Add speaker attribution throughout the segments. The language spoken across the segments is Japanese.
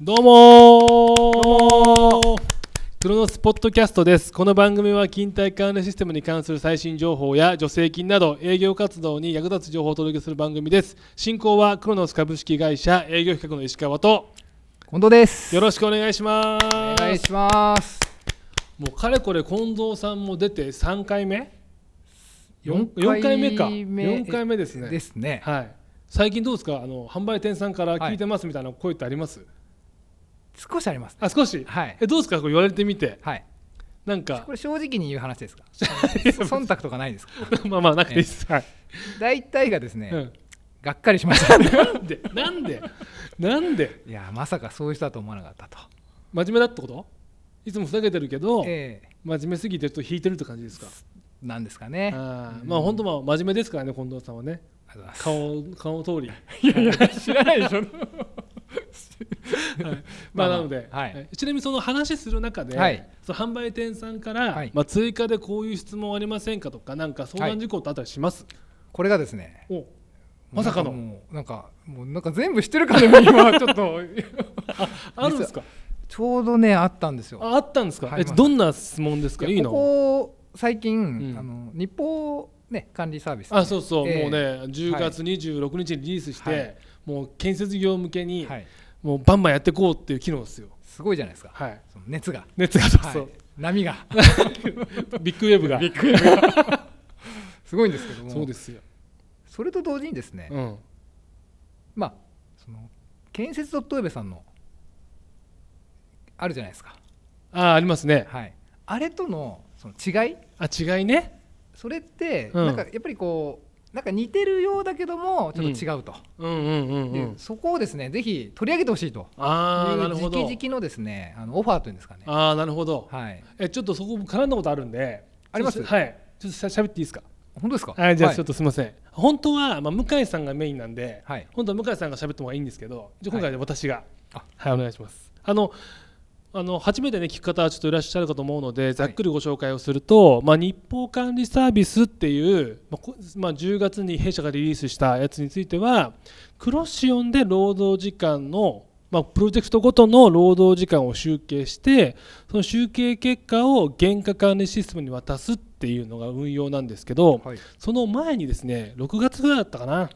Speaker 1: どうもークロノスポッドキャストですこの番組は勤怠管理システムに関する最新情報や助成金など営業活動に役立つ情報をお届けする番組です進行はクロノス株式会社営業企画の石川と
Speaker 2: 近藤です
Speaker 1: よろしくお願いします
Speaker 2: お願いします
Speaker 1: もうかれこれ近藤さんも出て3回目 4, 4回目か4回目ですね
Speaker 2: ですね
Speaker 1: はい最近どうですかあの販売店さんから聞いてますみたいな声ってあります、
Speaker 2: 少しあります
Speaker 1: あ少し、
Speaker 2: はい
Speaker 1: えどうですかこれ言われてみて
Speaker 2: はい
Speaker 1: なんか
Speaker 2: これ正直に言う話ですか
Speaker 1: 別に
Speaker 2: 忖度とかないですか
Speaker 1: まあまあなくていいです、 はい、
Speaker 2: 大体がですね、
Speaker 1: うん
Speaker 2: がっかりしました、
Speaker 1: なんでなんでなんで
Speaker 2: いやまさかそういう人だと思わなかったと
Speaker 1: 真面目だってこといつもふざけてるけど、
Speaker 2: ええ
Speaker 1: 真面目すぎてちょっと引いてるって感じですか
Speaker 2: なんですかね
Speaker 1: あーまあ本当まあ真面目ですからね近藤さんはね
Speaker 2: ありがとうございます
Speaker 1: 顔顔の通り
Speaker 2: いや知らないでしょ
Speaker 1: まあ
Speaker 2: まあ
Speaker 1: なので、
Speaker 2: はい
Speaker 1: えちなみにその話する中で、
Speaker 2: はい
Speaker 1: その販売店さんから、
Speaker 2: はい
Speaker 1: まあ、追加でこういう質問ありませんかとかなんか相談事項ってあったりします、
Speaker 2: これがですね
Speaker 1: おまさかの
Speaker 2: もうなんかもうなんか全部知ってるかのように今ちょ っと
Speaker 1: あるんですか
Speaker 2: ちょうどねあったんですよ
Speaker 1: ああったんですか、
Speaker 2: はい
Speaker 1: えどんな質問ですかい
Speaker 2: い
Speaker 1: い
Speaker 2: や
Speaker 1: の
Speaker 2: ここ最近、
Speaker 1: ん
Speaker 2: あの日報、ね、管理サービス、
Speaker 1: あそうそう、
Speaker 2: ええ
Speaker 1: もうね10月26日にリリースして、
Speaker 2: はい
Speaker 1: もう建設業向けに、
Speaker 2: はい、
Speaker 1: もうバンバンやっていこうっていう機能ですよ
Speaker 2: すごいじゃないですか、
Speaker 1: はい
Speaker 2: その熱が、
Speaker 1: 熱がそう
Speaker 2: はい
Speaker 1: そう、
Speaker 2: 波が
Speaker 1: ビッグウェーブが
Speaker 2: すごいんですけども
Speaker 1: そうですよ、
Speaker 2: それと同時にですね、
Speaker 1: うん、
Speaker 2: まあ、その建設ドットウェブさんのあるじゃないですか、
Speaker 1: あありますね
Speaker 2: はい、あれとのその違い
Speaker 1: あ違いね
Speaker 2: それって、
Speaker 1: うん
Speaker 2: なんかやっぱりこうなんか似てるようだけどもちょっと違うと、
Speaker 1: うんうんうんう
Speaker 2: で
Speaker 1: ん
Speaker 2: そこをですねぜひ取り上げてほしいと
Speaker 1: ああなる
Speaker 2: いう
Speaker 1: ほ
Speaker 2: 直
Speaker 1: ど
Speaker 2: 々のですねあのオファーというんですかね、
Speaker 1: ああなるほど、
Speaker 2: はい、
Speaker 1: えちょっとそこも絡んだことあるんで
Speaker 2: あります
Speaker 1: ちょっとはいちょっとしゃしゃべっていいですか
Speaker 2: 本当ですか
Speaker 1: はいじゃあ
Speaker 2: はい
Speaker 1: ちょっとすみません、本当は、まあ、向井さんがメインなんで、
Speaker 2: はい
Speaker 1: 本当は向井さんが喋った方がいいんですけどじゃあ今回は私がは
Speaker 2: あ
Speaker 1: い、お願いしますあのあの初めてね聞く方はちょっといらっしゃるかと思うのでざっくりご紹介をすると、まあ、日報管理サービスっていう、まあこまあ、10月に弊社がリリースしたやつについてはクロシオンで労働時間の、まあ、プロジェクトごとの労働時間を集計してその集計結果を原価管理システムに渡すっていうのが運用なんですけど、
Speaker 2: はい、
Speaker 1: その前にですね6月ぐらいだったかな、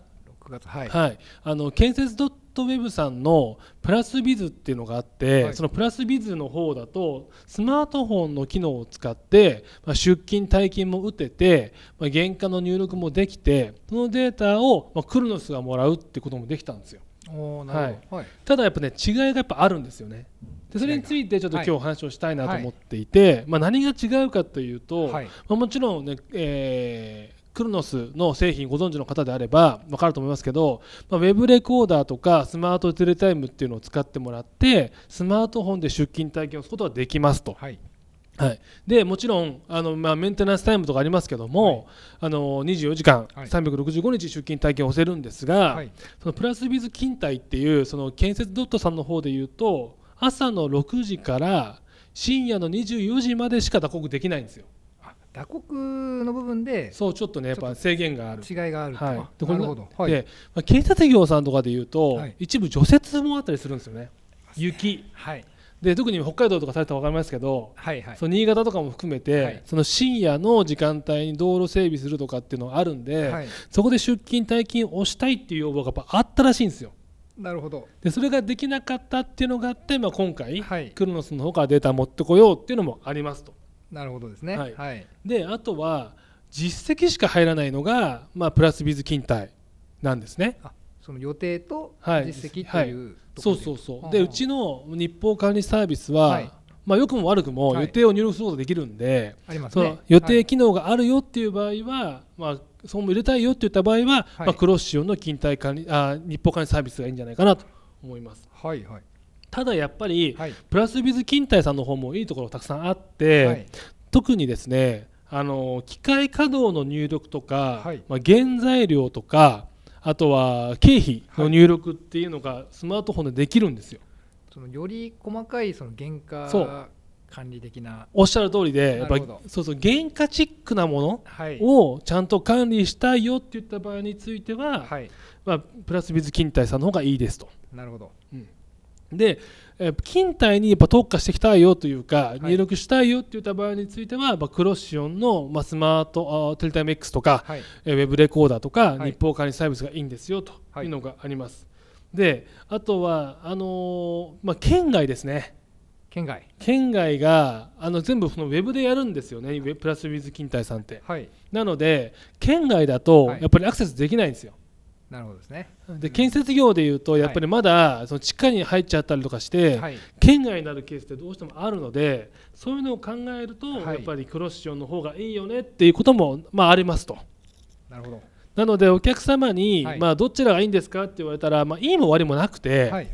Speaker 2: 6月はい、
Speaker 1: はいあの建設ドットウェブさんのプラスビズっていうのがあって、
Speaker 2: はい
Speaker 1: そのプラスビズの方だとスマートフォンの機能を使って、まあ、出勤退勤も打てて、まあ、原価の入力もできてそのデータを、まあ、クルノスがもらうってこともできたんですよ
Speaker 2: おーなるほど、はい
Speaker 1: ただやっぱね違いがやっぱあるんですよねでそれについてちょっと今
Speaker 2: 違いがはい
Speaker 1: 日お話をしたいなと思っていて、まあ、何が違うかというと、
Speaker 2: はい
Speaker 1: まあ、もちろんね、えークルノスの製品ご存知の方であれば分かると思いますけど、まあ、ウェブレコーダーとかスマートテレタイムっていうのを使ってもらってスマートフォンで出勤体験をすることができますと、
Speaker 2: はい
Speaker 1: はい、でもちろんあの、まあ、メンテナンスタイムとかありますけども、あの24時間
Speaker 2: はい
Speaker 1: 365日出勤体験を押せるんですが、
Speaker 2: はい
Speaker 1: そのプラスビズ勤怠っていうその建設ドットさんの方で言うと朝の6時から深夜の24時までしか打刻できないんですよ。
Speaker 2: あ打刻の部分で
Speaker 1: そうちょっとねやっぱ制限がある。
Speaker 2: 違いがあると、
Speaker 1: はい
Speaker 2: あ
Speaker 1: でこ
Speaker 2: な
Speaker 1: れ
Speaker 2: るほど、はい
Speaker 1: で、まあ、建設業さんとかで言うと、
Speaker 2: はい
Speaker 1: 一部除雪もあったりするんですよね。雪
Speaker 2: はい、
Speaker 1: で特に北海道とかされたら分かりますけど、
Speaker 2: はいはい
Speaker 1: そう新潟とかも含めて、
Speaker 2: はい
Speaker 1: その深夜の時間帯に道路整備するとかっていうのがあるんで、
Speaker 2: はい
Speaker 1: そこで出勤退勤をしたいっていう要望がやっぱあったらしいんですよ
Speaker 2: なるほど
Speaker 1: でそれができなかったっていうのがあって、まあ、今回、
Speaker 2: はい
Speaker 1: クロノスの方からデータ持ってこようっていうのもありますと
Speaker 2: なるほどですね
Speaker 1: は
Speaker 2: はいい、
Speaker 1: であとは実績しか入らないのが、まあ、プラスビズ勤怠なんですね
Speaker 2: あその予定と
Speaker 1: はい
Speaker 2: 実績というと
Speaker 1: そ
Speaker 2: ころ
Speaker 1: う
Speaker 2: で、
Speaker 1: そうそう
Speaker 2: あ
Speaker 1: で
Speaker 2: あ
Speaker 1: うちの日報管理サービスは、
Speaker 2: はい
Speaker 1: まあ、良くも悪くも
Speaker 2: はい
Speaker 1: 予定を入力することができるんで、
Speaker 2: あります
Speaker 1: そ
Speaker 2: ね
Speaker 1: の予
Speaker 2: は
Speaker 1: 定
Speaker 2: い
Speaker 1: 機能があるよっていう場合は、まあ、そうも入れたいよって言った場合は、
Speaker 2: はい
Speaker 1: まあ、クロッシオンの勤怠管理あ日報管理サービスがいいんじゃないかなと思います
Speaker 2: はいはい
Speaker 1: ただやっぱり、
Speaker 2: はい
Speaker 1: プラスビズ勤怠さんの方もいいところたくさんあって、
Speaker 2: はい
Speaker 1: 特にですねあの機械稼働の入力とか、
Speaker 2: はい
Speaker 1: まあ、原材料とかあとは経費の入力っていうのがスマートフォンでできるんですよ。
Speaker 2: そのより細かいその原
Speaker 1: そう
Speaker 2: 価管理的な
Speaker 1: おっしゃる通りでやっぱ
Speaker 2: なるほ
Speaker 1: そうそう原価チックなもの
Speaker 2: はい
Speaker 1: をちゃんと管理したいよって言った場合については、
Speaker 2: はい
Speaker 1: まあ、プラスビズ勤怠さんの方がいいですと。
Speaker 2: なるほど
Speaker 1: で、えー勤怠にやっぱ特化していきたいよというか、
Speaker 2: い
Speaker 1: 入力したいよって言った場合については、まあ、クロシオンの、まあ、スマートあーテレタイム X とか、
Speaker 2: はい
Speaker 1: えーウェブレコーダーとか、
Speaker 2: はい
Speaker 1: 日報管理サービスがいいんですよと
Speaker 2: はい
Speaker 1: いうのがあります。であとはあのーまあ、県外ですね
Speaker 2: 県外
Speaker 1: 県外があの全部そのウェブでやるんですよねウェプラスウィズ勤怠さんって
Speaker 2: はい
Speaker 1: なので県外だと
Speaker 2: はい
Speaker 1: やっぱりアクセスできないんですよ、
Speaker 2: なるほどですね
Speaker 1: で建設業でいうとやっぱりまだその地下に入っちゃったりとかして、
Speaker 2: はい
Speaker 1: 県外になるケースってどうしてもあるのでそういうのを考えると、
Speaker 2: はい
Speaker 1: やっぱりクロッションの方がいいよねっていうことも、まあ、ありますと
Speaker 2: なるほど
Speaker 1: なのでお客様に、
Speaker 2: はい
Speaker 1: まあ、どちらがいいんですかって言われたら、まあ、いいも悪いもなくて、
Speaker 2: はいはい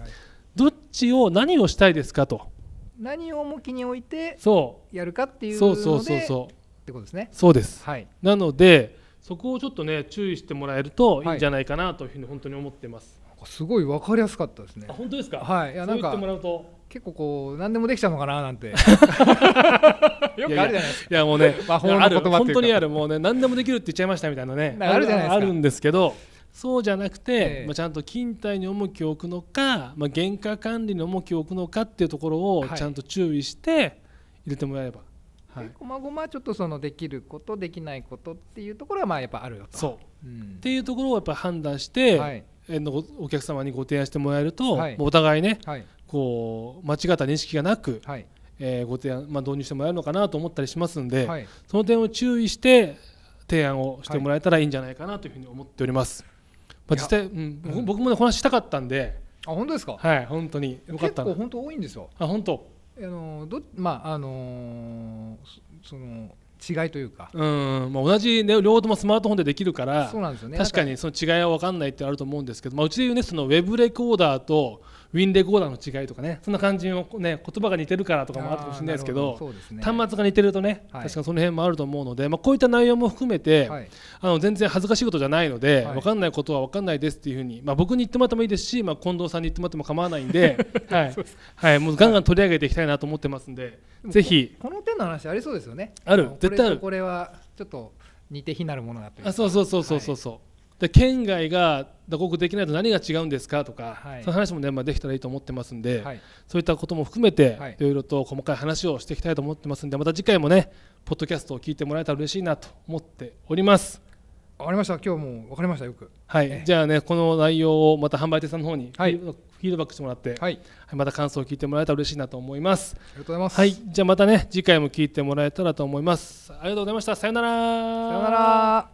Speaker 1: どっちを何をしたいですかと
Speaker 2: 何を重きに置いて
Speaker 1: そ
Speaker 2: やるかって
Speaker 1: う
Speaker 2: いう
Speaker 1: そ
Speaker 2: の
Speaker 1: う
Speaker 2: で
Speaker 1: そうそう
Speaker 2: っ
Speaker 1: そう
Speaker 2: てことですね
Speaker 1: そうです
Speaker 2: はい
Speaker 1: なのでそこをちょっとね注意してもらえるといいんじゃないかなというふうに本当に思ってます、
Speaker 2: すごい分かりやすかったですね
Speaker 1: あ本当ですか
Speaker 2: はいいや
Speaker 1: そう言っ
Speaker 2: な
Speaker 1: て
Speaker 2: んか
Speaker 1: もらうと
Speaker 2: 結構こう何でもできちゃうのかな なんてよくあるじゃないですか
Speaker 1: いやもうね
Speaker 2: 魔法の言葉っていうか
Speaker 1: ある本当にあるもうね何でもできるって言っちゃいましたみたいなね
Speaker 2: なんかあるじゃないですか
Speaker 1: あるんですけどそうじゃなくて、
Speaker 2: ええ
Speaker 1: まあ、ちゃんと勤怠に重きを置くのか、まあ、原価管理に重きを置くのかっていうところを
Speaker 2: はい
Speaker 1: ちゃんと注意して入れてもらえれば、はい
Speaker 2: でこまごまちょっとそのできることできないことっていうところはまあやっぱあるよと
Speaker 1: そう
Speaker 2: う、ん
Speaker 1: っていうところをやっぱり判断して、
Speaker 2: はい
Speaker 1: えのお客様にご提案してもらえると、
Speaker 2: はい
Speaker 1: もうお互いね
Speaker 2: はい
Speaker 1: こう間違った認識がなく、
Speaker 2: はい
Speaker 1: えーご提案、まあ、導入してもらえるのかなと思ったりしますんで、
Speaker 2: はい
Speaker 1: その点を注意して提案をしてもらえたらいいんじゃないかなというふうに思っております。まあ、
Speaker 2: いや
Speaker 1: 実際、うん僕
Speaker 2: うん
Speaker 1: 僕もね、話したかったんで、
Speaker 2: あ本当ですか
Speaker 1: はい、本当によかっ
Speaker 2: 結
Speaker 1: た
Speaker 2: 構
Speaker 1: な。
Speaker 2: 本当多いんですよ
Speaker 1: あ、本当。
Speaker 2: あのどまああのそその違いというか
Speaker 1: うん、まあ、同じ、ね、両方ともスマートフォンでできるから
Speaker 2: そう。なんですよね
Speaker 1: 確かにその違いは分かんないってあると思うんですけど、まあ、うちでいうねそのウェブレコーダーとウィンレコーダーの違いとかねそんな感じの、ね、言葉が似てるからとかもあるかもしれないですけど
Speaker 2: あーるほそうですね
Speaker 1: 端末が似てるとね、
Speaker 2: は
Speaker 1: 確
Speaker 2: い
Speaker 1: かにその辺もあると思うので、まあ、こういった内容も含めて、
Speaker 2: はい
Speaker 1: あの全然恥ずかしいことじゃないので、
Speaker 2: はい
Speaker 1: 分かんないことは分かんないですっていうふうに、まあ、僕に言ってもらってもいいですし、まあ、近藤さんに言ってもらっても構わないん で、はいはい、もうガンガン取り上げていきたいなと思ってますんで、
Speaker 2: でも
Speaker 1: ぜひ
Speaker 2: ここの手の話ありそうですよね
Speaker 1: ある
Speaker 2: の
Speaker 1: 絶対ある
Speaker 2: これとこれはちょっと似て非なるものだという
Speaker 1: あそうそうそうそうそうそう、で県外が打刻できないと何が違うんですかとか、
Speaker 2: はい
Speaker 1: その話も、ねまあ、できたらいいと思ってますんで、
Speaker 2: はい
Speaker 1: そういったことも含めて、
Speaker 2: はい
Speaker 1: いろいろと細かい話をしていきたいと思ってますんでまた次回もねポッドキャストを聞いてもらえたら嬉しいなと思っております。
Speaker 2: わかりました今日もうわかりましたよく
Speaker 1: はい、じゃあねこの内容をまた販売店さんの方にフ
Speaker 2: は
Speaker 1: ィ
Speaker 2: い
Speaker 1: ードバック,、してもらって、
Speaker 2: はいあり
Speaker 1: はいまた感想を聞いてもらえたら嬉しいなと思います。
Speaker 2: がとうございます
Speaker 1: はい、じゃあまたね、次回も聞いてもらえたらと思います。ありがとうございました。さようなら。
Speaker 2: さようなら